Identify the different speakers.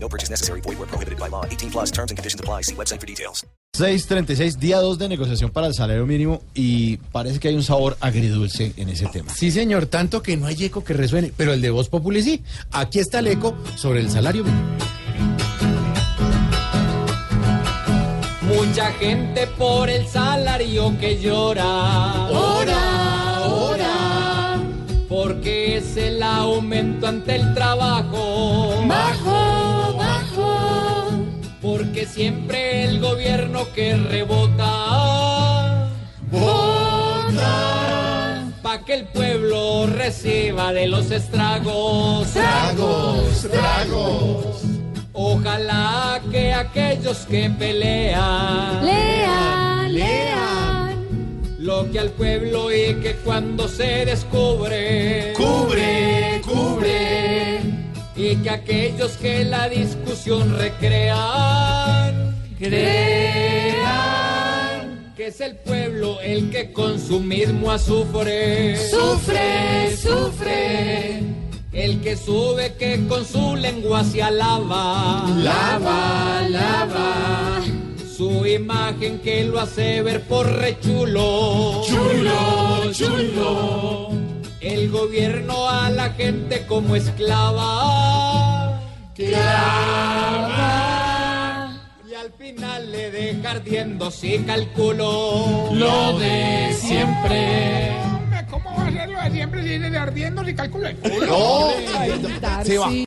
Speaker 1: No purchase necessary. Void where prohibited by law. 18 plus terms and conditions apply. See website for details.
Speaker 2: 6.36, día 2 de negociación para el salario mínimo y parece que hay un sabor agridulce en ese tema.
Speaker 3: Sí, señor, tanto que no hay eco que resuene, pero el de Voz Populi sí. Aquí está el eco sobre el salario mínimo.
Speaker 4: Mucha gente por el salario que llora. Hora, hora. Porque es el aumento ante el trabajo. Bajo, bajo. Porque siempre el gobierno que rebota. Vota. Pa' que el pueblo reciba de los estragos.
Speaker 3: Tragos, tragos.
Speaker 4: Ojalá que aquellos que pelean
Speaker 5: Lean,
Speaker 4: lo que al pueblo y que cuando se descubre
Speaker 3: Cubre, cubre.
Speaker 4: y que aquellos que la discusión recrean crean que es el pueblo el que con su mismo azufre
Speaker 5: Sufre, sufre.
Speaker 4: el que sube que con su lengua se alaba
Speaker 5: Lava, lava.
Speaker 4: su imagen que lo hace ver por rechulo. Chulo, chulo. El gobierno a la gente como esclava. Clava. Y al final le deja ardiendo si calculó. Lo de siempre.
Speaker 6: Hombre, ¿Cómo va a ser lo de siempre si viene ardiendo si calcula el culo?
Speaker 3: No, se va.